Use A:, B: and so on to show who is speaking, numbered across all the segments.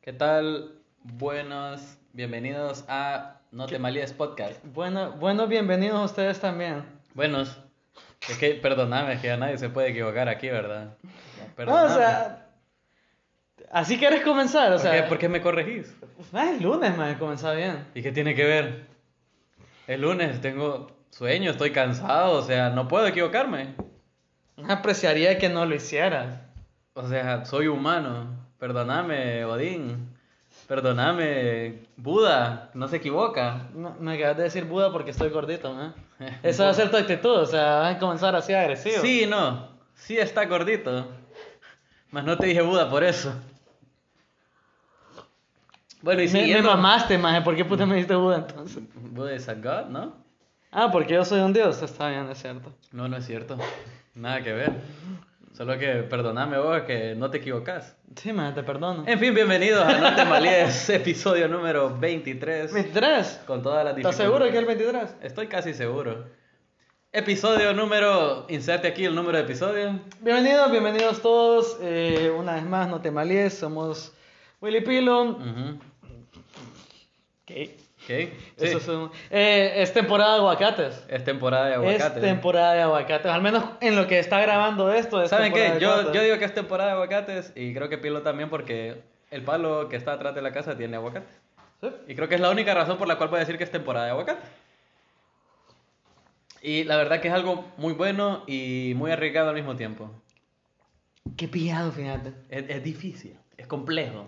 A: ¿Qué tal? Buenos, bienvenidos a No te malíes podcast.
B: Bueno, bueno, bienvenidos ustedes también.
A: Buenos. Es que perdoname, que a nadie se puede equivocar aquí, ¿verdad?
B: No,
A: Perdoname.
B: o sea, así quieres comenzar, o
A: ¿Por, qué,
B: sea.
A: por qué me corregís?
B: Ah, es lunes, man, comenzar bien.
A: ¿Y qué tiene que ver? Es lunes, tengo sueño, estoy cansado, o sea, no puedo equivocarme.
B: Apreciaría que no lo hicieras.
A: O sea, soy humano. Perdoname, Odín. Perdoname, Buda. No se equivoca.
B: No, me acabas de decir Buda porque estoy gordito, man. Eso va a ser tu actitud, o sea, vas a comenzar así agresivo.
A: Sí, no. Sí está gordito. Mas no te dije Buda por eso. Bueno, y
B: Me, me
A: siguiendo...
B: mamaste, man, ¿por qué puta me diste Buda entonces?
A: Buda es a God, ¿no?
B: Ah, porque yo soy un dios, está bien, es cierto.
A: No, no es cierto. Nada que ver. Solo que perdoname vos que no te equivocas.
B: Sí, man, te perdono.
A: En fin, bienvenidos a No te malíes, episodio número 23.
B: 23.
A: Con todas las dificultades.
B: ¿Estás seguro que es el 23?
A: Estoy casi seguro. Episodio número. Inserte aquí el número de episodio.
B: Bienvenidos, bienvenidos todos. eh, una vez más, no te malíes, somos Willy Pilo.
A: Ujú.
B: ¿Qué?
A: Ok. Sí.
B: Eso es, un- eh, es temporada de aguacates.
A: Es temporada de ¿eh? aguacate.
B: Es temporada de aguacates. Al menos en lo que está grabando esto. es
A: ¿Saben
B: temporada
A: qué?
B: de
A: Yo,
B: aguacates.
A: yo digo que es temporada de aguacates y creo que Pilo también porque el palo que está atrás de la casa tiene aguacate.
B: Sí.
A: Y creo que es la única razón por la cual voy a decir que es temporada de aguacate. Y la verdad que es algo muy bueno y muy arriesgado al mismo tiempo.
B: Qué pillado, fíjate.
A: Es, es difícil, es complejo.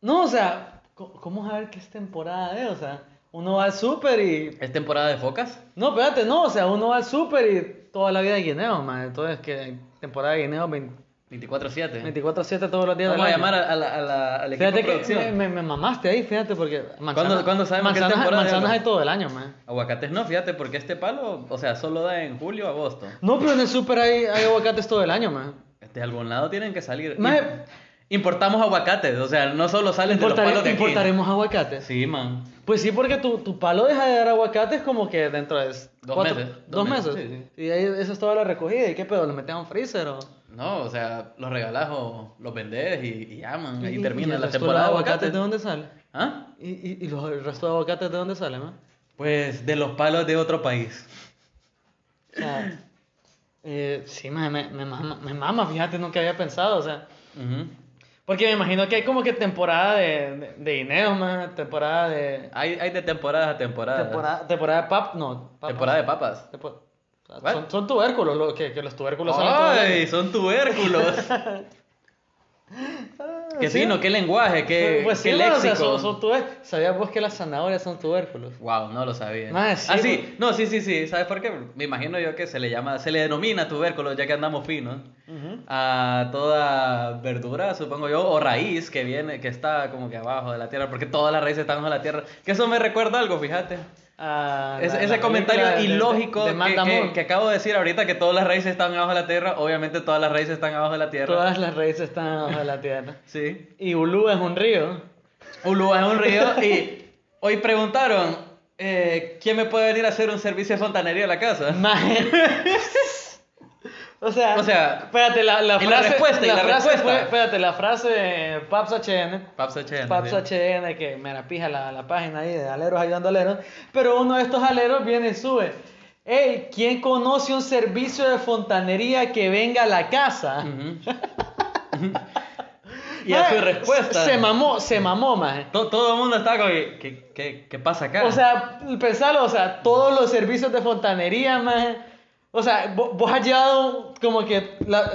B: No, o sea, co- ¿cómo saber qué es temporada de? O sea, uno va al súper y.
A: ¿Es temporada de focas?
B: No, espérate, no, o sea, uno va al súper y toda la vida de guineo, man. Entonces, que temporada de guineo 20
A: 24-7.
B: 24-7 todos los días
A: Vamos a
B: del año.
A: llamar a- a la- a la- al equipo
B: Fíjate
A: de
B: que
A: producción.
B: me, me- me mamaste ahí, fíjate, porque manzanas,
A: ¿Cuándo- cuándo sabemos qué
B: manzanas,
A: temporada es?
B: manzanas hay todo el año, man.
A: Aguacates no, fíjate, porque este palo, o sea, solo da en julio, agosto.
B: No, pero en el súper hay, hay aguacates todo el año, man.
A: De algún lado tienen que salir.
B: Mae-
A: Importamos aguacates, o sea, no solo salen de los
B: Importare-
A: palos de aquí.
B: importaremos aguacates.
A: Sí, man.
B: Pues sí, porque tu, tu palo deja de dar aguacates como que dentro de dos
A: meses,
B: Dos,
A: dos meses,
B: meses. Y ahí eso es toda la recogida. ¿Y qué pedo? ¿Lo metes a un freezer o...?
A: No, o sea, los regalás o los vendés y, y ya, man. Mm, Ahí
B: ¿Y- y
A: termina
B: el
A: la
B: resto de
A: temporada de
B: los aguacates.
A: aguacates.
B: ¿De dónde sale?
A: ¿Ah?
B: ¿Y, y, y los, el resto de aguacates de dónde sale, man?
A: Pues de los palos de otro país.
B: O sea, eh, sí, man, me, me mama, me mama, fíjate, nunca había pensado, o sea...
A: Ujú.
B: Porque me imagino que hay como que temporada de, de, de guineos, man, temporada de...
A: hay, hay de temporada a temporada.
B: Temporada, temporada de pap... No, papas.
A: Temporada de papas.
B: Tempo- o sea,
A: ¿What?
B: Son, son tubérculos, lo- que, que los tubérculos salen todo el año.
A: ¡Ay! Son tubérculos. qué
B: sí.
A: fino, qué lenguaje, qué,
B: Pues sí,
A: qué
B: bueno, o
A: léxico.
B: sea, son- son tubér- ¿Sabías vos que las zanahorias son tubérculos?
A: Wow, no lo sabía.
B: Mae, sí,
A: ah,
B: pues. bo-
A: sí, no, sí, sí, sí. ¿Sabes por qué? Me imagino yo que se le llama, se le denomina tubérculo, ya que andamos finos, a toda verdura, supongo yo, o raíz que viene, que está como que abajo de la tierra, porque todas las raíces están abajo de la tierra. Que eso me recuerda algo, fíjate.
B: Ah,
A: Es-
B: la-
A: ese
B: la
A: comentario
B: película de- de-
A: ilógico
B: de Amanda
A: que, que-
B: Moore.
A: que acabo de decir ahorita, que todas las raíces están abajo de la tierra, obviamente todas las raíces están abajo de la tierra.
B: Todas las raíces están abajo de la tierra.
A: Sí.
B: Y Ulú es un río.
A: Ulúa es un río y hoy preguntaron, eh, ¿quién me puede venir a hacer un servicio de fontanería a la casa?
B: Mae. o sea...
A: O sea,
B: Espérate, la, la
A: y
B: frase...
A: la respuesta, y la
B: frase
A: respuesta.
B: fue- espérate, la frase eh, Paps HN.
A: Paps HN,
B: Paps
A: sí.
B: HN, que me la pija la, la página ahí de aleros ayudando aleros. Pero uno de estos aleros viene y sube. Hey, ¿quién conoce un servicio de fontanería que venga a la casa?
A: Ujú. Mm. y a su
B: Mae,
A: respuesta.
B: Se mamó, se mamó, eh. maje.
A: to- todo el mundo está como, que, ¿qué, qué, qué pasa acá?
B: O sea, pensalo, o sea, todos los servicios de fontanería, maje. O sea, vo- vos has llevado como que. la-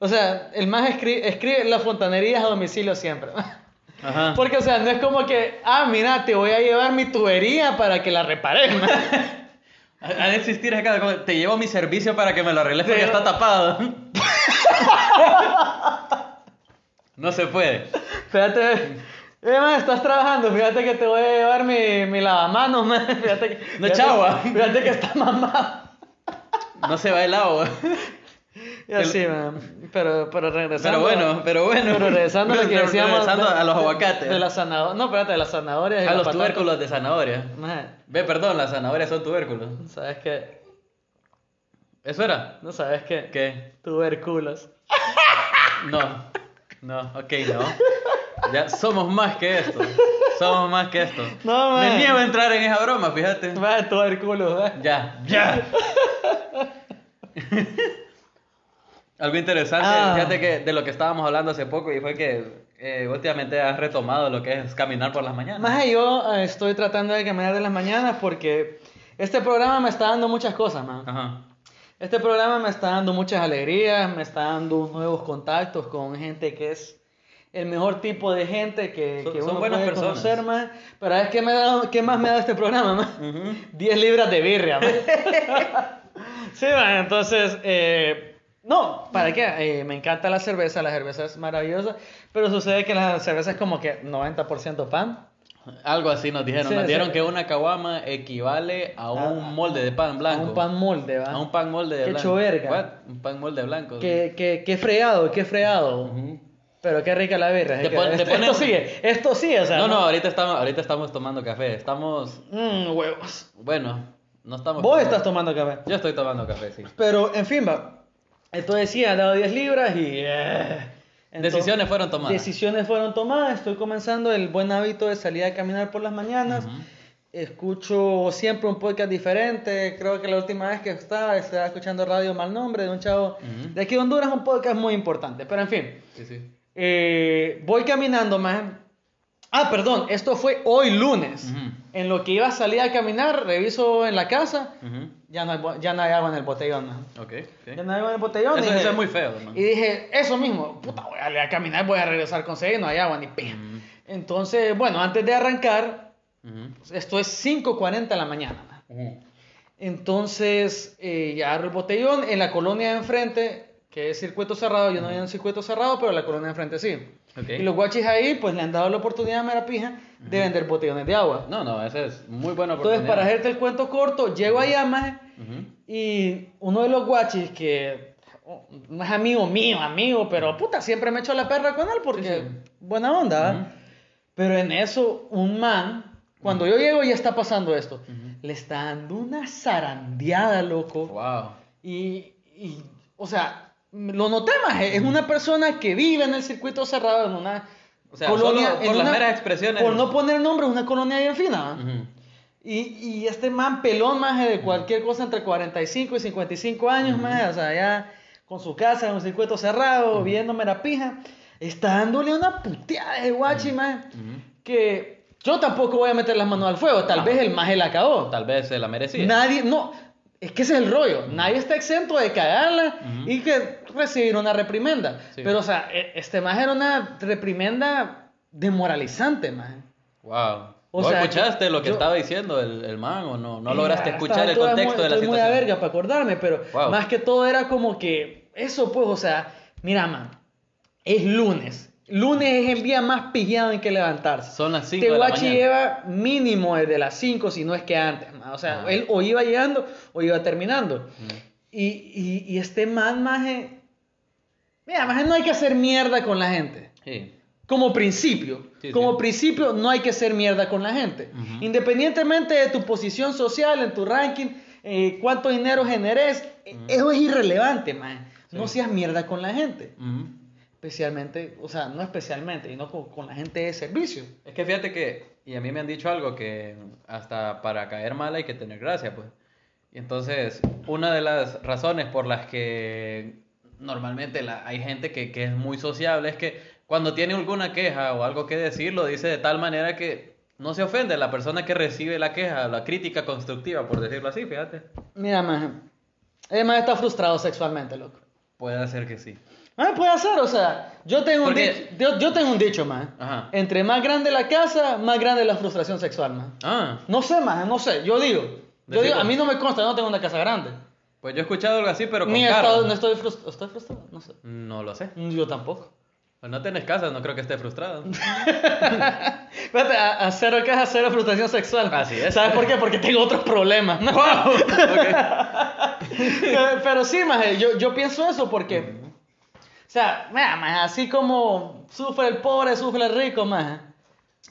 B: o sea, el más escribe, escribe las fontanerías a domicilio siempre.
A: Ah. Ajá.
B: Porque, o sea, no es como que, ah, mira, te voy a llevar mi tubería para que la repares. maje.
A: Ha ha de existir acá, como, te llevo mi servicio para que me lo arregles porque
B: Sí.
A: está tapado. no se puede.
B: Fíjate, eh, maje, estás trabajando, fíjate que te voy a llevar mi, mi lavamanos, maje. Fíjate que,
A: No,
B: fíjate-
A: chagua.
B: Fíjate que está mamado.
A: No se va el agua.
B: Y así, man. Pero, pero regresando.
A: Pero bueno, pero bueno.
B: Pero regresando a lo que
A: Pero
B: decíamos.
A: regresando
B: de-
A: a los
B: de-
A: aguacates.
B: De las zanahorias. No, espérate, de las zanahorias.
A: A
B: y las
A: los
B: patatas.
A: tubérculos de zanahoria.
B: Man,
A: Ve, perdón, las zanahorias son tubérculos.
B: ¿sabes qué?
A: ¿Eso era?
B: No sabes qué.
A: ¿Qué?
B: Tubérculos.
A: No. No, ok, no. Ya somos más que esto. Somos más que esto.
B: No, man.
A: Me niego a entrar en esa broma, fíjate.
B: Vas a todo el culo, ¿verdad?
A: Ya, ya. Algo interesante,
B: Ah.
A: fíjate que de lo que estábamos hablando hace poco y fue que eh, últimamente has retomado lo que es caminar por las mañanas.
B: Más yo eh, estoy tratando de caminar de las mañanas porque este programa me está dando muchas cosas, man.
A: Ajá.
B: Este programa me está dando muchas alegrías, me está dando nuevos contactos con gente que es el mejor tipo de gente que,
A: Son-
B: que
A: son
B: uno
A: buenas
B: puede
A: personas.
B: conocer, man. Pero es que me ha dado, ¿qué más me ha dado este programa, man?
A: Ujú.
B: 10 libras de birria, man. sí, man, entonces, eh, no, ¿para qué? Eh, me encanta la cerveza, la cerveza es maravillosa, pero sucede que la cerveza es como que 90% pan.
A: Algo así nos dijeron.
B: Sí,
A: nos
B: sí. Ah.
A: dieron que una caguama equivale a un
B: a-
A: molde de pan blanco.
B: A un pan molde, ¿va?
A: A un pan molde de
B: Qué
A: blanco.
B: hecho verga.
A: What? Un pan molde blanco.
B: Qué, qué, qué freado, qué freado.
A: Ujú.
B: Pero qué rica la birra.
A: Te
B: es que
A: pon- te
B: esto,
A: ponen-
B: esto sigue, esto sigue, o sea.
A: No, no, ahorita estamos, ahorita estamos tomando café. Estamos,
B: Mm, huevos.
A: bueno, no estamos.
B: Vos estás tomando café.
A: Yo estoy tomando café, sí.
B: Pero, en fin, va. Entonces sí, han dado 10 libras y... eh, entonces-
A: Decisiones fueron tomadas.
B: Decisiones fueron tomadas. Estoy comenzando el buen hábito de salir a caminar por las mañanas.
A: Ujú.
B: Escucho siempre un podcast diferente. Creo que la última vez que estaba, estaba escuchando Radio Mal Nombre de un chavo
A: Ujú.
B: de aquí de Honduras, un podcast muy importante. Pero, en fin.
A: Sí, sí.
B: Eh, voy caminando más. Ah, perdón, esto fue hoy lunes.
A: Ujú.
B: En lo que iba a salir a caminar, reviso en la casa,
A: Ujú.
B: ya no hay, bo- ya no hay agua en el botellón. man.
A: Ok, ok.
B: Ya no hay agua en el botellón.
A: Eso,
B: dije-
A: eso es muy feo, man.
B: Y dije, eso mismo, puta, voy a salir a caminar, voy a regresar con sed y no hay agua ni pija.
A: Ujú.
B: Entonces, bueno, antes de arrancar,
A: Ujú.
B: esto es 5.40 de la mañana. man.
A: Ujú.
B: Entonces, eh, ya agarro el botellón en la colonia de enfrente, que es circuito cerrado, yo no había un circuito cerrado, pero la colonia de enfrente sí.
A: Ok.
B: Y los guachis ahí, pues le han dado la oportunidad a Marapija de vender botellones de agua.
A: No, no, esa es muy buena oportunidad.
B: Entonces, para hacerte el cuento corto, llego allá, maje,
A: Ujú.
B: y uno de los guachis que oh, no es amigo mío, amigo, pero puta, siempre me echo la perra con él porque
A: Sí,
B: buena onda, ¿va?
A: Ujú.
B: Pero en eso, un man, cuando yo llego ya está pasando esto, le está dando una zarandeada, loco.
A: Wow.
B: Y, y, o sea, lo noté más. Es una persona que vive en el circuito cerrado, en una
A: O sea, solo por
B: en
A: las
B: una-
A: meras expresiones.
B: Por no poner nombre, una colonia bien fina. ¿ah? ¿va?
A: Ujú.
B: y, y este man pelón más de cualquier cosa entre 45 y 55 años más, o sea, ya con su casa en un circuito cerrado, viéndome la pija, está dándole una puteada de guachi más.
A: Ujú.
B: Que yo tampoco voy a meter las manos al fuego, tal
A: Ah.
B: vez el más la acabó.
A: Tal vez se la merecía.
B: Nadie, no, es que ese es el rollo. Nadie está exento de cagarla
A: Ujú.
B: y que recibir una reprimenda.
A: Sí.
B: Pero, o sea, e- este más era una reprimenda demoralizante, más.
A: Wow.
B: O
A: ¿Vos
B: sea,
A: escuchaste
B: yo-
A: lo que
B: yo-
A: estaba diciendo el, el man o no? ¿No lograste escuchar el contexto de la
B: estoy muy a
A: situación?
B: verga para acordarme, pero
A: Wow.
B: más que todo era como que eso, pues, o sea, mira, man, es lunes. Lunes es el día más pillado en que levantarse.
A: Son las 5
B: Este
A: de la
B: guachi
A: mañana.
B: lleva mínimo desde las 5, si no es que antes. ma. O sea,
A: Ah.
B: él o iba llegando o iba terminando.
A: Mm.
B: Y, y, y este man, maje. Mira, maje, no hay que hacer mierda con la gente.
A: Sí.
B: Como principio.
A: Sí,
B: como
A: sí.
B: principio, no hay que hacer mierda con la gente.
A: Ujú.
B: Independientemente de tu posición social, en tu ranking, eh, cuánto dinero generes, eh, eso es irrelevante, maje. No
A: Sí.
B: seas mierda con la gente.
A: Ujú.
B: Especialmente, o sea, no especialmente, sino con, con la gente de servicio.
A: Es que fíjate que, y a mí me han dicho algo que hasta para caer mal hay que tener gracia, pues. Y entonces, una de las razones por las que normalmente la- hay gente que, que es muy sociable es que cuando tiene alguna queja o algo que decir, lo dice de tal manera que no se ofende la persona que recibe la queja, la crítica constructiva, por decirlo así, fíjate.
B: Mira, maje. El maje está frustrado sexualmente, loco.
A: Puede ser que sí.
B: Ah, puede hacer, o sea, yo tengo un
A: Porque-
B: dicho, yo, yo tengo un dicho, man.
A: Ajá.
B: Entre más grande la casa, más grande la frustración sexual, man.
A: Ah,
B: No sé, man, no sé, yo digo. Yo
A: Decilo.
B: digo, a mí no me consta, yo no tengo una casa grande.
A: pues yo he escuchado algo así, pero con
B: Ni he
A: carro.
B: estado, no estoy frustrado, ¿estoy frustrado? No sé.
A: No lo sé.
B: Yo tampoco.
A: Pues no tenés casa, no creo que esté frustrado.
B: Fíjate, a, a cero casa, cero frustración sexual. man.
A: Así es.
B: ¿Sabes por qué? Porque tengo otros problemas, man.
A: Ok.
B: Eh, Pero sí, maje, yo, yo pienso eso porque. O sea, mira, maje, así como sufre el pobre, sufre el rico, maje.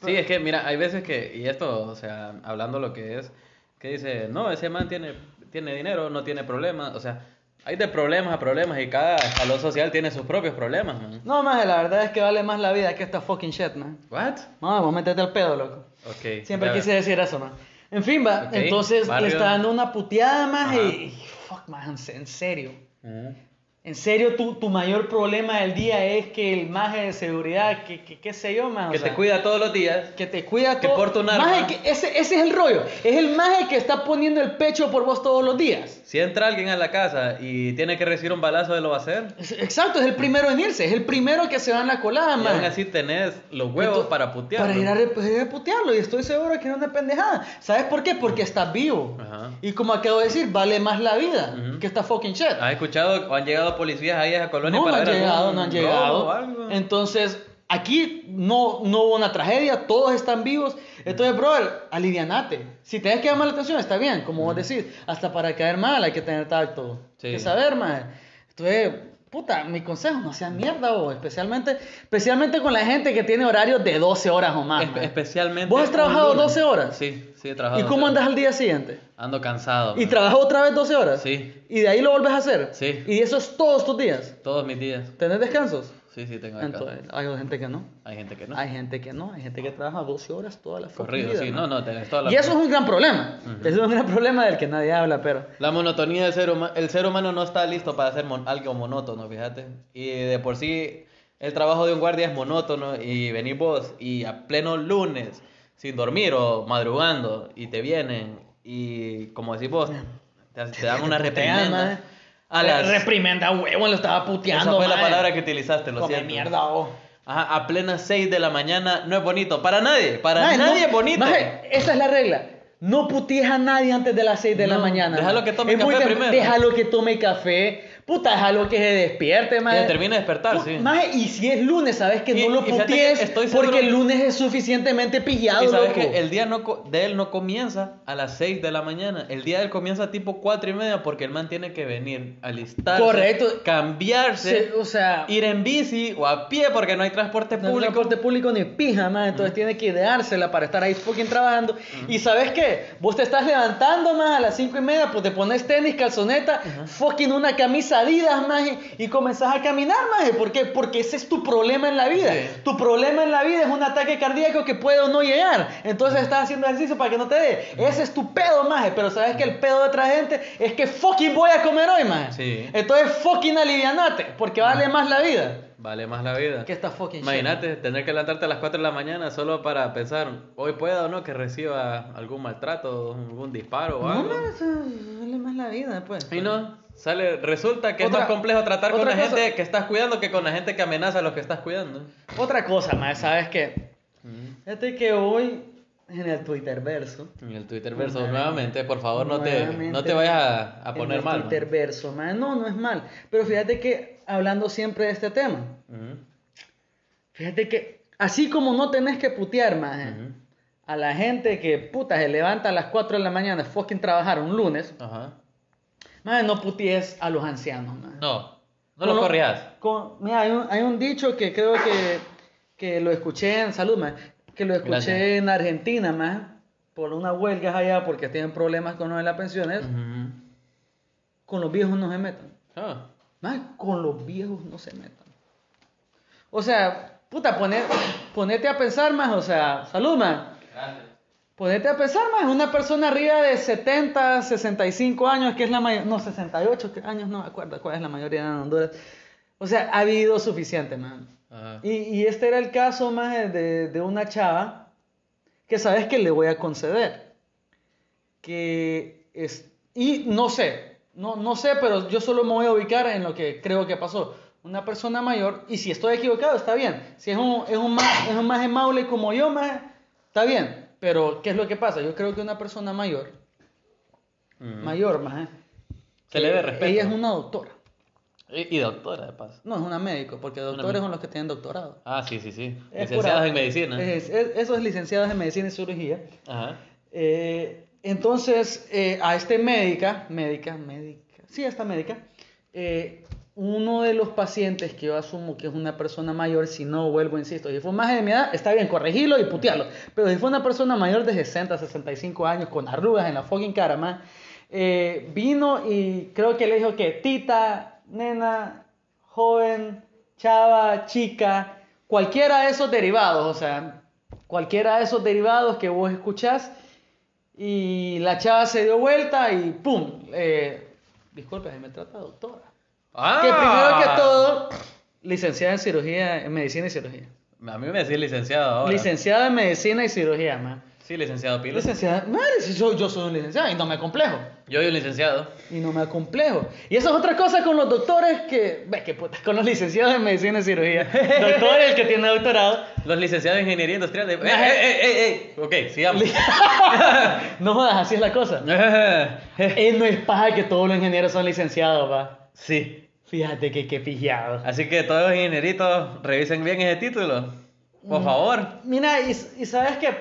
A: Sí, es que mira, hay veces que, y esto, o sea, hablando lo que es, que dice, no, ese man tiene, tiene dinero, no tiene problemas, o sea, Hay de problemas a problemas y cada escalón social tiene sus propios problemas, man.
B: No, maje, la verdad es que vale más la vida que esta fucking shit, man.
A: ¿What?
B: Maje, vos metete al pedo, loco.
A: Ok.
B: Siempre
A: ya
B: quise
A: veo.
B: decir eso, man. En fin, va.
A: Ok,
B: Entonces
A: barrio.
B: le está dando una puteada, maje.
A: Ajá.
B: Y fuck, man, en serio.
A: Ujú.
B: En serio, tu, tu mayor problema del día es que el maje de seguridad, que, que- qué sé yo, man. o
A: Que te
B: sea,
A: cuida todos los días.
B: Que te cuida
A: Que
B: todo.
A: porta un
B: Maje,
A: arma.
B: que ese, ese es el rollo. Es el maje que está poniendo el pecho por vos todos los días.
A: Si entra alguien a la casa y tiene que recibir un balazo, él lo va a hacer.
B: Es- Exacto, es el primero en irse. Es el primero que se va en la
A: Y
B: colada,
A: aún
B: maje.
A: así tenés los huevos
B: Entonces,
A: para putearlo.
B: Para ir a, re- para ir a putearlo, y estoy seguro que no es una pendejada. ¿Sabes por qué? Porque estás vivo.
A: Ajá.
B: Y como acabo de decir, vale más la vida
A: Ujú.
B: que esta fucking shit.
A: ¿Has escuchado o han llegado policías ahí a esa colonia
B: no, no
A: para
B: han
A: ver algún
B: llegado, no han
A: robo o
B: llegado.
A: algo?
B: Entonces, aquí no, no hubo una tragedia, todos están vivos. Entonces, brother, alivianate. Si tenés que llamar la atención, está bien, como vos decís. Hasta para caer mal hay que tener tacto.
A: Sí.
B: Hay que saber, más. Entonces, puta, mi consejo, no seas mierda, vos. Especialmente, especialmente con la gente que tiene horarios de 12 horas o más.
A: Espe-
B: maje.
A: especialmente.
B: ¿Vos has
A: un
B: trabajado
A: lunes.
B: 12 horas?
A: Sí, sí, he trabajado.
B: ¿Y
A: 12
B: cómo andas
A: horas.
B: al día siguiente?
A: Ando cansado.
B: ¿Y
A: man.
B: trabajas otra vez 12 horas?
A: Sí,
B: ¿Y de ahí lo vuelves a hacer?
A: Sí.
B: ¿Y eso es todos tus días?
A: todos mis días.
B: ¿Tenés descansos?
A: Sí, sí, tengo descanso.
B: Entonces, hay gente que no.
A: Hay gente que no.
B: Hay gente que no. Hay gente que trabaja 12 horas toda la fucking
A: Corrido,
B: vida,
A: sí,
B: ¿no?
A: no, no, tenés toda la
B: Y eso es un gran problema. Eso es un gran problema del que nadie habla, pero.
A: La monotonía del ser humano, el ser humano no está listo para hacer mon- algo monótono, fíjate. Y de por sí, el trabajo de un guardia es monótono y venís vos y a pleno lunes, sin dormir o madrugando, y te vienen y, como decís vos, te, te dan una
B: Te pegan, madre.
A: reprimenda. A las,
B: Reprimenda, huevo, lo estaba
A: Pues, esa
B: puteando.
A: fue la
B: madre.
A: palabra que utilizaste, lo
B: Come
A: siento.
B: mierda, vos.
A: Ajá, a plenas 6 de la mañana no es bonito, para nadie, para
B: Madre,
A: nadie
B: no-
A: es bonito.
B: madre, esa es la regla. No putees a nadie antes de las 6 de la
A: No,
B: mañana.
A: déjalo
B: madre.
A: que tome
B: Es muy
A: café
B: tem-
A: primero.
B: Déjalo que tome café. Puta, déjalo que se despierte,
A: Que
B: madre.
A: se termine de despertar,
B: Pu-
A: sí.
B: Maje, y si es lunes, sabes que
A: Y-
B: no
A: y
B: lo
A: fíjate que
B: putees
A: estoy seguro-
B: porque el lunes es suficientemente pillado,
A: Y sabes
B: loco.
A: que el día no co- de él no comienza a las 6 de la mañana. El día de él comienza tipo 4 y media porque el man tiene que venir, alistarse,
B: Correcto.
A: cambiarse,
B: Se- o sea,
A: ir en bici o a pie porque no Mm. hay transporte
B: no hay
A: público.
B: transporte público ni pija, más entonces tiene que ideársela para estar ahí fucking trabajando.
A: Mm.
B: Y sabes qué, vos te estás levantando más a las cinco y media, pues te pones tenis, calzoneta, fucking una camisa Adidas más y comenzás a caminar más, ¿por qué? Porque ese es tu problema en la vida.
A: Sí.
B: Tu problema en la vida es un ataque cardíaco que puede o no llegar,
A: Mm.
B: entonces estás haciendo ejercicio para que no te dé. Ese es tu pedo más, pero sabes que el pedo de otra gente es que fucking voy a comer hoy más.
A: Sí.
B: Entonces fucking alivianate, porque vale más la vida.
A: Vale más la vida.
B: Que esta fucking shit.
A: Imagínate tener que levantarte a las 4 de la mañana solo para pensar, hoy puedo o no que reciba algún maltrato, algún disparo o
B: No,
A: algo.
B: no, eso vale más la vida, pues.
A: Y no, sale, resulta que
B: Otra-
A: es más complejo tratar con la
B: otra cosa.
A: gente que estás cuidando que con la gente que amenaza a los que estás cuidando.
B: Otra cosa, más, ¿sabes qué?
A: Mm.
B: Fíjate que hoy en el Twitter verso.
A: En el Twitter verso, nuevamente, por favor, no te,
B: Pues Nuevamente.
A: no te vayas a, a poner mal.
B: En
A: ¿no?
B: el Twitter verso, No, no es mal. Pero fíjate que hablando siempre de este tema.
A: Ujú,
B: Fíjate que así como no tenés que putear, más
A: ujú.
B: a la gente que puta se levanta a las 4 de la mañana, fucking trabajar un lunes,
A: Ajá.
B: maje, no putees a los ancianos, maje.
A: No, no
B: Con
A: lo
B: lo-
A: corrías.
B: Con- mira, hay un, hay un dicho que creo que, que lo escuché en salud, ma, que lo escuché
A: Gracias.
B: en Argentina, más por unas huelgas allá porque tienen problemas con lo de las pensiones.
A: Ujú.
B: Con los viejos no se metan.
A: Ah,
B: Ma, con los viejos no se metan. O sea, puta, pone- ponete a pensar más, o sea, salud, más.
A: Ah.
B: Ponete a pensar más, una persona arriba de 70, 65 años, que es la mayor, no, 68 años, no me acuerdo cuál es la mayoría en Honduras. O sea, ha habido suficiente, man.
A: ajá.
B: Y, y este era el caso más de, de una chava que sabes que le voy a conceder. Que es, y no sé, no, no sé, pero yo solo me voy a ubicar en lo que creo que pasó. Una persona mayor, y si estoy equivocado, está bien. Si es un, es un, ma- es un maje maule como yo, maje, está bien. Pero, ¿qué es lo que pasa? Yo creo que una persona mayor,
A: Ujú.
B: mayor, maje,
A: Mm. Se le debe respeto.
B: ella es una doctora.
A: y, y doctora, de paso.
B: No, es una médico, porque doctores
A: médico.
B: son los que tienen doctorado.
A: Ah, sí, sí, sí.
B: Es
A: Licenciadas
B: pura-
A: en medicina.
B: Es, es- esos licenciados en medicina y cirugía.
A: Ajá.
B: Eh, entonces, eh, a este médica, médica, médica, sí, a esta médica, eh, uno de los pacientes que yo asumo que es una persona mayor, si no vuelvo, insisto, si fue más de mi edad, está bien, corregirlo y putearlo. Pero si fue una persona mayor de 60, 65 años, con arrugas en la fucking cara, más, eh, vino y creo que le dijo que tita, nena, joven, chava, chica, cualquiera de esos derivados, o sea, cualquiera de esos derivados que vos escuchás y la chava se dio vuelta y ¡pum! Eh, disculpe, me trata doctora.
A: Ah.
B: Que primero que todo, licenciada en cirugía, en medicina y cirugía.
A: A mí me decís licenciado ahora.
B: Licenciada en medicina y cirugía, man.
A: Sí, licenciado Pilo.
B: Licenciada, madre, si soy- yo soy un licenciado y no me complejo.
A: Yo soy un licenciado.
B: Y no me acomplejo. Y eso es otra cosa con los doctores que. Ve, que putas, con los licenciados en medicina y cirugía. Doctor el que tiene doctorado.
A: Los licenciados en ingeniería industrial. de- ¡Eh, eh, eh, eh, eh! Ok, sigamos.
B: No jodas, así es la cosa. Eh, no es paja que todos los ingenieros son licenciados, va.
A: sí.
B: Fíjate que qué pijado.
A: Así que todos los ingenieritos revisen bien ese título. Por
B: Mm.
A: favor.
B: Mira, y, y sabes que.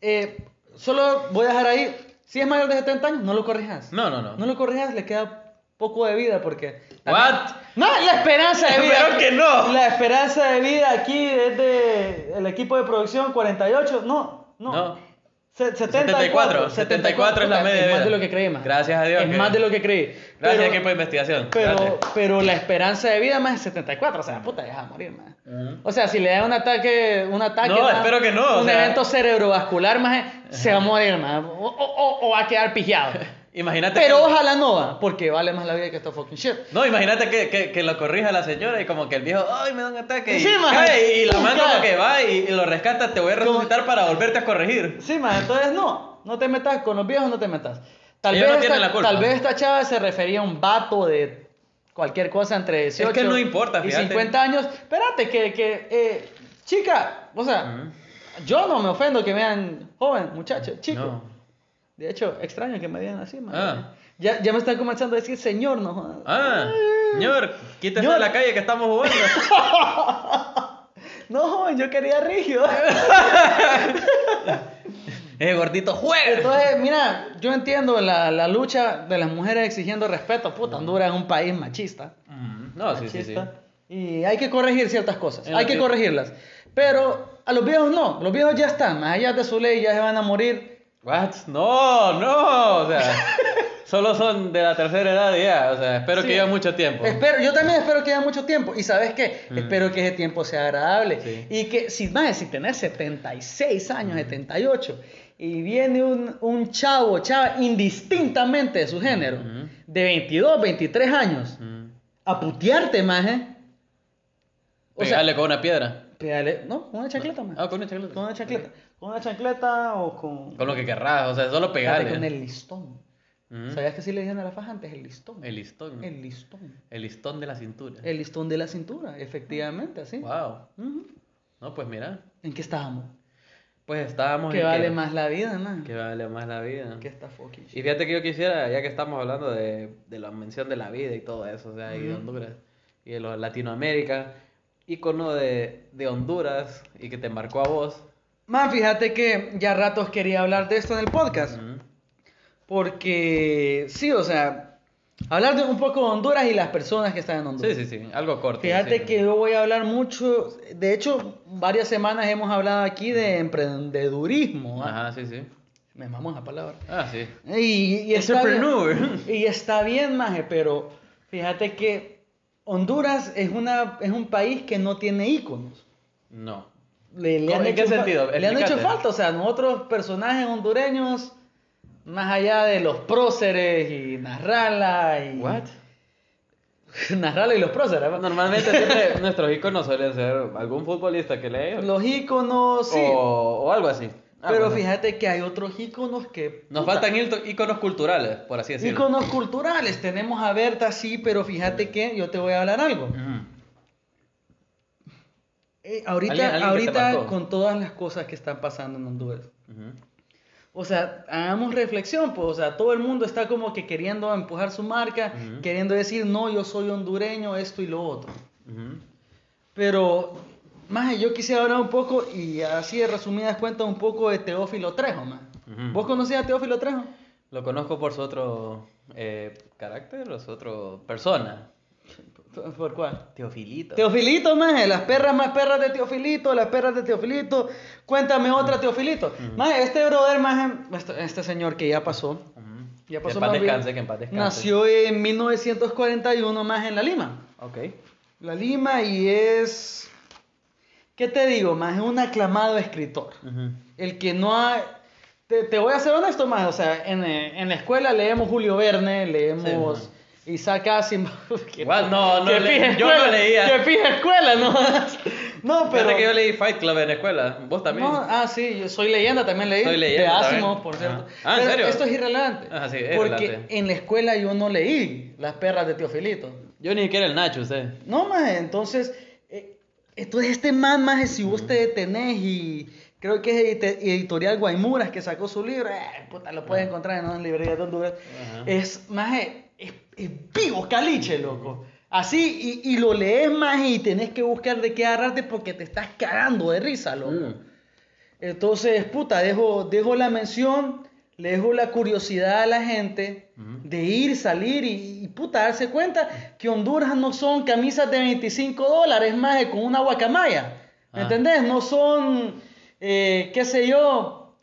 B: eh, solo voy a dejar ahí. Si es mayor de 70 años, no lo corrijas.
A: No, no, no.
B: No lo corrijas, le queda poco de vida porque.
A: What?
B: No, la esperanza de vida.
A: Pero que no.
B: La esperanza de vida aquí es de el equipo de producción 48. No, no.
A: No.
B: Se-
A: 74,
B: 74,
A: 74 es la media de
B: Es
A: vida.
B: más de lo que creí, más.
A: Gracias a Dios
B: Es
A: que-
B: más de lo que creí.
A: Gracias,
B: Pero-
A: equipo de investigación.
B: pero,
A: Gracias.
B: pero la esperanza de vida más es 74, o sea, puta, deja morir, más.
A: Ujú.
B: O sea, si le da un ataque, un ataque,
A: No,
B: más,
A: espero que no, o
B: un
A: sea-
B: evento cerebrovascular, más se va a morir, más, o, o- o- o va a quedar pillado.
A: Imagínate.
B: Pero
A: que-
B: ojalá no va, porque vale más la vida que esta fucking shit.
A: No, imagínate que, que, que lo corrija la señora y como que el viejo, ay, me da un ataque. Y,
B: Sí, man.
A: cae, y la mano
B: Cae.
A: como que va y, y lo rescata, te voy a
B: Como-
A: resucitar para volverte a corregir.
B: Sí, más, entonces no, no te metas con los viejos, no te metas. Tal
A: Ellos
B: vez,
A: no tienen
B: esta,
A: la culpa.
B: tal vez esta chava se refería a un vato de cualquier cosa entre 18
A: que no importa,
B: y
A: fíjate.
B: 50 años. Espérate, que, que eh, chica, o sea, yo no me ofendo que me vean joven, muchacho, chico.
A: No.
B: De hecho, extraño que me digan así, madre.
A: Ah.
B: Ya, ya me están comenzando a decir, señor, no jodas".
A: Ah, señor, quítese
B: Mm. Señor.
A: de la calle que estamos jugando.
B: No, joven, yo quería rígido.
A: Ese gordito juega.
B: Entonces, mira, yo entiendo la, la lucha de las mujeres exigiendo respeto. Puta, Honduras es un país machista.
A: Mm, No, sí, sí, sí.
B: machista, Y hay que corregir ciertas cosas.
A: Es
B: Hay
A: lo
B: que
A: que-
B: corregirlas. Pero a los viejos no. Los viejos ya están. Más allá de su ley, ya se van a morir.
A: What? No, no, o sea, solo son de la tercera edad y ya, o sea, espero
B: Sí.
A: que lleve mucho tiempo.
B: Espero, yo también espero que haya mucho tiempo. ¿Y sabes qué?
A: Mm.
B: Espero que ese tiempo sea agradable.
A: Sí. Mm.
B: Y que, si más, si tenés 76 años, 78, y viene un, un chavo, chava, indistintamente de su género,
A: Ujú.
B: de 22, 23 años,
A: Mm.
B: a putearte más, ¿eh? O sea,
A: Pegarle con una piedra.
B: pégale- no, con una chancleta más.
A: Ah, con una chancleta.
B: Con una chancleta. Con una chancleta o con.
A: Con lo que querrás, o sea, solo
B: Fíjate,
A: pegarle.
B: Con el listón.
A: Mm.
B: ¿Sabías que sí le dijeron a la faja antes? El listón.
A: El listón.
B: El listón.
A: El listón de la cintura.
B: El listón de la cintura, efectivamente, así.
A: Wow.
B: Ujú.
A: No, pues mira.
B: ¿En qué estábamos?
A: Pues estábamos
B: Que
A: en
B: vale más la vida, man.
A: Que vale más la vida.
B: Que esta fucking
A: Y
B: shit.
A: fíjate que yo quisiera, ya que estamos hablando de, de la mención de la vida y todo eso, o sea, y de
B: Ujú.
A: Honduras y de lo- Latinoamérica, ícono de, de Honduras y que te marcó a vos.
B: Man, fíjate que ya ratos quería hablar de esto en el podcast.
A: Ujú.
B: Porque, sí, o sea, hablar de un poco de Honduras y las personas que están en Honduras.
A: Sí, sí, sí, algo corto.
B: Fíjate
A: sí.
B: que yo voy a hablar mucho, de hecho, varias semanas hemos hablado aquí de emprendedurismo. ¿ah?
A: Ajá, sí, sí.
B: Me mamó esa palabra.
A: Ah, sí.
B: Y, y está bien,
A: Entrepreneur.
B: y está bien, maje, pero fíjate que Honduras es, una, es un país que no tiene íconos.
A: No.
B: Le, le
A: ¿Cómo?
B: han
A: ¿En
B: hecho
A: qué
B: fa-
A: sentido?
B: Le han hecho
A: Explícate.
B: falta, o sea, nosotros personajes hondureños, más allá de los próceres y Narrala y...
A: What?
B: Narrala y los próceres, ¿va?
A: Normalmente siempre nuestros íconos suelen ser algún futbolista que le
B: Los íconos, sí.
A: o, o algo así. Oh. Ah,
B: Pero
A: bueno.
B: fíjate que hay otros íconos que...
A: Nos
B: puta,
A: faltan íconos íconos culturales, por así decirlo.
B: íconos culturales. Tenemos a Berta, sí, pero fíjate que yo te voy a hablar algo.
A: Ujú.
B: Eh, ahorita
A: Alguien- alguien que te
B: ahorita
A: marcó.
B: con todas las cosas que están pasando en Honduras.
A: Ujú.
B: O sea, hagamos reflexión, pues, o sea, todo el mundo está como que queriendo empujar su marca,
A: Ujú.
B: queriendo decir, no, yo soy hondureño, esto y lo otro.
A: Ujú.
B: Pero, más, yo quisiera hablar un poco, y así de resumidas cuentas, un poco de Teófilo Trejo, más.
A: Ujú.
B: ¿Vos conocías a Teófilo Trejo?
A: Lo conozco por su otro eh, carácter o su otro persona.
B: ¿Por- ¿Por cuál?
A: Teofilito.
B: Teofilito, maje, las perras más perras de Teofilito, las perras de Teofilito. Cuéntame otra, Teofilito. Maje, este brother, maje, este, este señor que ya pasó,
A: Ujú.
B: Ya
A: Que
B: pasó
A: en paz
B: más bien.
A: descanse, que en paz descanse.
B: Nació en 1941 más en La Lima.
A: Ok.
B: La Lima y es... ¿Qué te digo, más? Es un aclamado escritor.
A: Ujú.
B: El que no ha... Te, te voy a ser honesto, más. O sea, en, eh, en la escuela leemos Julio Verne, leemos
A: Sí,
B: Isaac Asimov. que-
A: Igual, no, no
B: que
A: le-
B: pija
A: yo no
B: escuela,
A: leía.
B: Que pija escuela, ¿no? no,
A: Fíjate
B: pero...
A: que yo leí Fight Club en la escuela. Vos también.
B: No, ah, sí, yo soy leyenda, también leí.
A: Soy leyenda
B: De
A: también.
B: Asimov, por cierto.
A: Ah, ¿en
B: Pero
A: serio?
B: Esto es irrelevante.
A: Ah, sí, es
B: porque
A: irrelevante.
B: en la escuela yo no leí Las perras de Teofilito.
A: Yo ni siquiera el Nacho, usted.
B: No, más, entonces, eh, entonces este man, más, si vos te detenés y creo que es edite- Editorial Guaymuras que sacó su libro, eh, puta, lo
A: Ah.
B: puedes encontrar en las librerías de Honduras.
A: Ajá.
B: Es más, eh, es, es vivo, caliche, loco. Así, y, y lo lees más y tenés que buscar de qué agarrarte porque te estás cagando de risa, loco.
A: Mm.
B: Entonces, puta, dejo, dejo la mención, le dejo la curiosidad a la gente
A: Ujú.
B: de ir, salir y, y, puta, darse cuenta que Honduras no son camisas de 25 dólares más que con una guacamaya. ¿Me
A: Ah.
B: entendés? No son, eh, qué sé yo.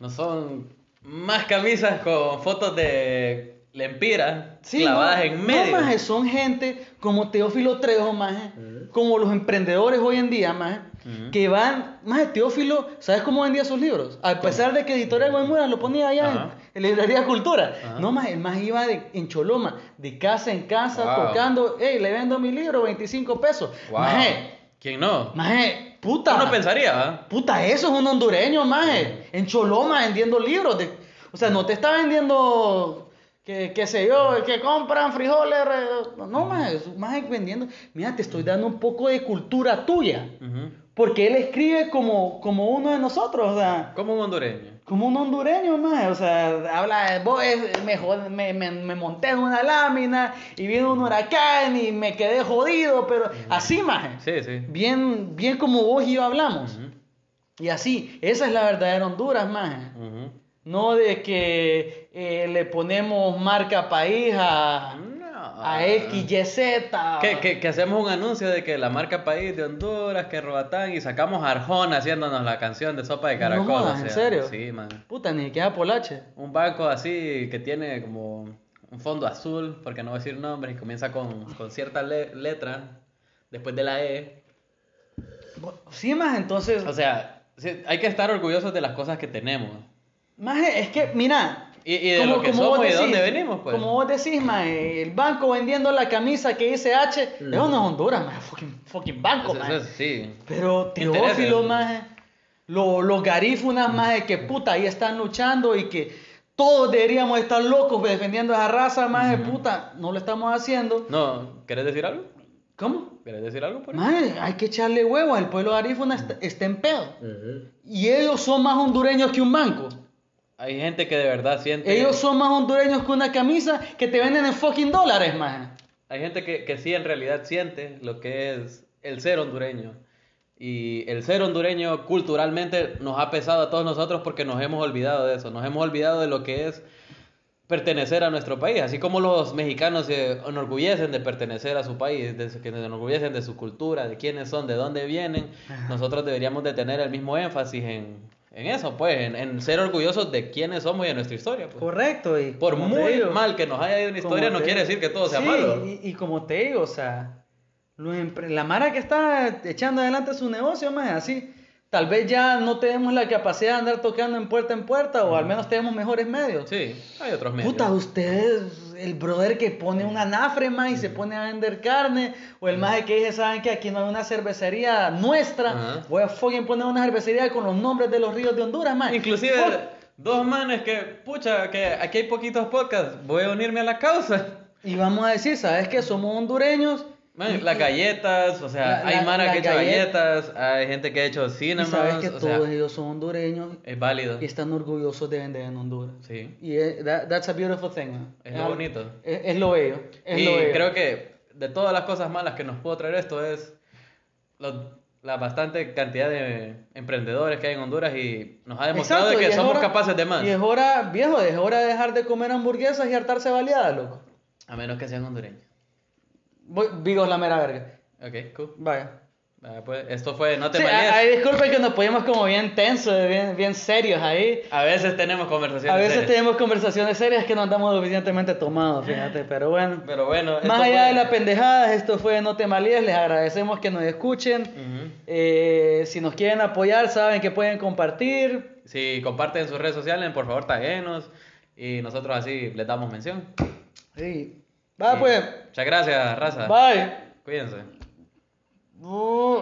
A: No son más camisas con fotos de lempira
B: Sí,
A: clavadas
B: no,
A: en medio.
B: No, maje, son gente como Teófilo Trejo, maje, como los emprendedores hoy en día, maje,
A: Ujú.
B: que van, maje, Teófilo, ¿sabes cómo vendía sus libros? A pesar de que Editorial Guaymuras lo ponía allá en,
A: Ajá.
B: en Librería Cultura.
A: Ajá.
B: No, maje, el más iba de- en Choloma, de casa en casa,
A: Wow.
B: tocando, hey, le vendo mi libro, 25 pesos.
A: Wow.
B: Maje,
A: ¿Quién no?
B: maje, puta.
A: Uno pensaría, ¿ah? ¿va?
B: Puta, eso es un hondureño, maje. En Choloma vendiendo libros. de- O sea, no te está vendiendo, que, que sé yo, que compran frijoles. re- No, maje, es un maje vendiendo. Mira, te estoy dando un poco de cultura tuya.
A: Ujú.
B: Porque él escribe como, como uno de nosotros, o sea,
A: Como un hondureño.
B: como un hondureño, maje. O sea, habla, vos es- me, jod- me, me, me monté en una lámina y vino un huracán y me quedé jodido, pero así, maje.
A: Sí, sí.
B: Bien, bien como vos y yo hablamos.
A: Ujú.
B: Y así, esa es la verdadera Honduras, más.
A: Ujú.
B: No de que eh, le ponemos marca país a,
A: No.
B: a X, Y, Z.
A: Que, que- que hacemos un anuncio de que la marca País de Honduras, que Robatán, y sacamos a Arjona haciéndonos la canción de Sopa de Caracol.
B: jodas,
A: o sea,
B: ¿en serio?
A: Sí, man.
B: Puta, ni siquiera Polache.
A: Un banco así que tiene como un fondo azul, porque no voy a decir nombres, y comienza con, con cierta le- letra después de la E.
B: Sí, más entonces.
A: O sea, sí, hay que estar orgullosos de las cosas que tenemos.
B: Más es que, mira.
A: Y, y de lo que
B: vos
A: somos y de
B: decís,
A: dónde venimos, pues.
B: Como vos decís, más, el banco vendiendo la camisa que dice H,
A: Mm.
B: eso no es Honduras, más, fucking, fucking banco,
A: Eso-
B: más.
A: eso es- sí.
B: Pero
A: Intereses.
B: Teófilo, más los, los garífunas, más que puta, ahí están luchando y que todos deberíamos estar locos defendiendo a esa raza, más puta, no lo estamos haciendo.
A: No, ¿querés decir algo?
B: ¿Cómo?
A: ¿Querés decir algo por ahí?
B: Maje, hay que echarle huevos, el pueblo garífuna está, está en pedo. Y ellos son más hondureños que un banco.
A: Hay gente que de verdad siente.
B: Ellos son más hondureños que una camisa que te venden en fucking dólares, más.
A: Hay gente que, que sí en realidad siente lo que es el ser hondureño. Y el ser hondureño culturalmente nos ha pesado a todos nosotros porque nos hemos olvidado de eso. Nos hemos olvidado de lo que es pertenecer a nuestro país. Así como los mexicanos se enorgullecen de pertenecer a su país, de, su- que se enorgullecen de su cultura, de quiénes son, de dónde vienen, nosotros deberíamos de tener el mismo énfasis en, en eso, pues, en, en ser orgullosos de quiénes somos y de nuestra historia. pues.
B: Correcto. Y
A: Por muy mal que nos haya ido una historia, no quiere decir que todo sea malo.
B: Y, y como te digo, o sea, los empre- la Mara que está echando adelante su negocio, más así, tal vez ya no tenemos la capacidad de andar tocando en puerta en puerta, o al menos tenemos mejores medios.
A: Sí, hay otros medios.
B: Puta, ustedes, el brother que pone una anafre más y se pone a vender carne, o el más que dice, saben que aquí no hay una cervecería nuestra,
A: Ajá.
B: voy a fucking poner una cervecería con los nombres de los ríos de Honduras, más.
A: Inclusive dos manes que, pucha, que aquí hay poquitos podcasts, voy a unirme a la causa.
B: Y vamos a decir, ¿sabes qué? Somos hondureños.
A: Man,
B: y-
A: las galletas, o sea,
B: La-
A: hay
B: la-
A: manas que ha
B: las
A: hecho
B: galleta-
A: galletas, hay gente que ha hecho
B: Y
A: cinemas,
B: sabes que
A: o
B: todos
A: sea,
B: ellos son hondureños
A: es válido.
B: y están orgullosos de vender en Honduras.
A: Sí.
B: Y es- that- that's a beautiful thing. man.
A: Es lo
B: al-
A: bonito.
B: Es, es lo bello. Es
A: y
B: lo bello.
A: creo que de todas las cosas malas que nos pudo traer esto es lo- la bastante cantidad de emprendedores que hay en Honduras y nos ha demostrado
B: Exacto,
A: de
B: y
A: que
B: es
A: somos
B: hora-
A: capaces de más.
B: Y es hora, viejo, es hora de dejar de comer hamburguesas y hartarse baleadas, loco.
A: A menos que sean hondureños.
B: Voy, digo la mera verga.
A: Ok, cool.
B: Vaya.
A: Ah, pues, esto fue No te
B: Sí,
A: Marees.
B: a- ay, disculpen que nos ponemos como bien tensos, bien, bien serios ahí.
A: A veces tenemos conversaciones.
B: A veces
A: serias.
B: tenemos conversaciones serias que no andamos lo suficientemente tomados, fíjate, pero bueno.
A: Pero bueno. esto
B: Más allá
A: fue-
B: de las pendejadas, esto fue No te malíes, les agradecemos que nos escuchen.
A: Ujú.
B: Eh, si nos quieren apoyar, saben que pueden compartir.
A: Si comparten en sus redes sociales, por favor, taguenos. Y nosotros así les damos mención.
B: Sí. Va
A: Y
B: pues,
A: Muchas gracias, raza.
B: bye.
A: Cuídense.
B: Bu-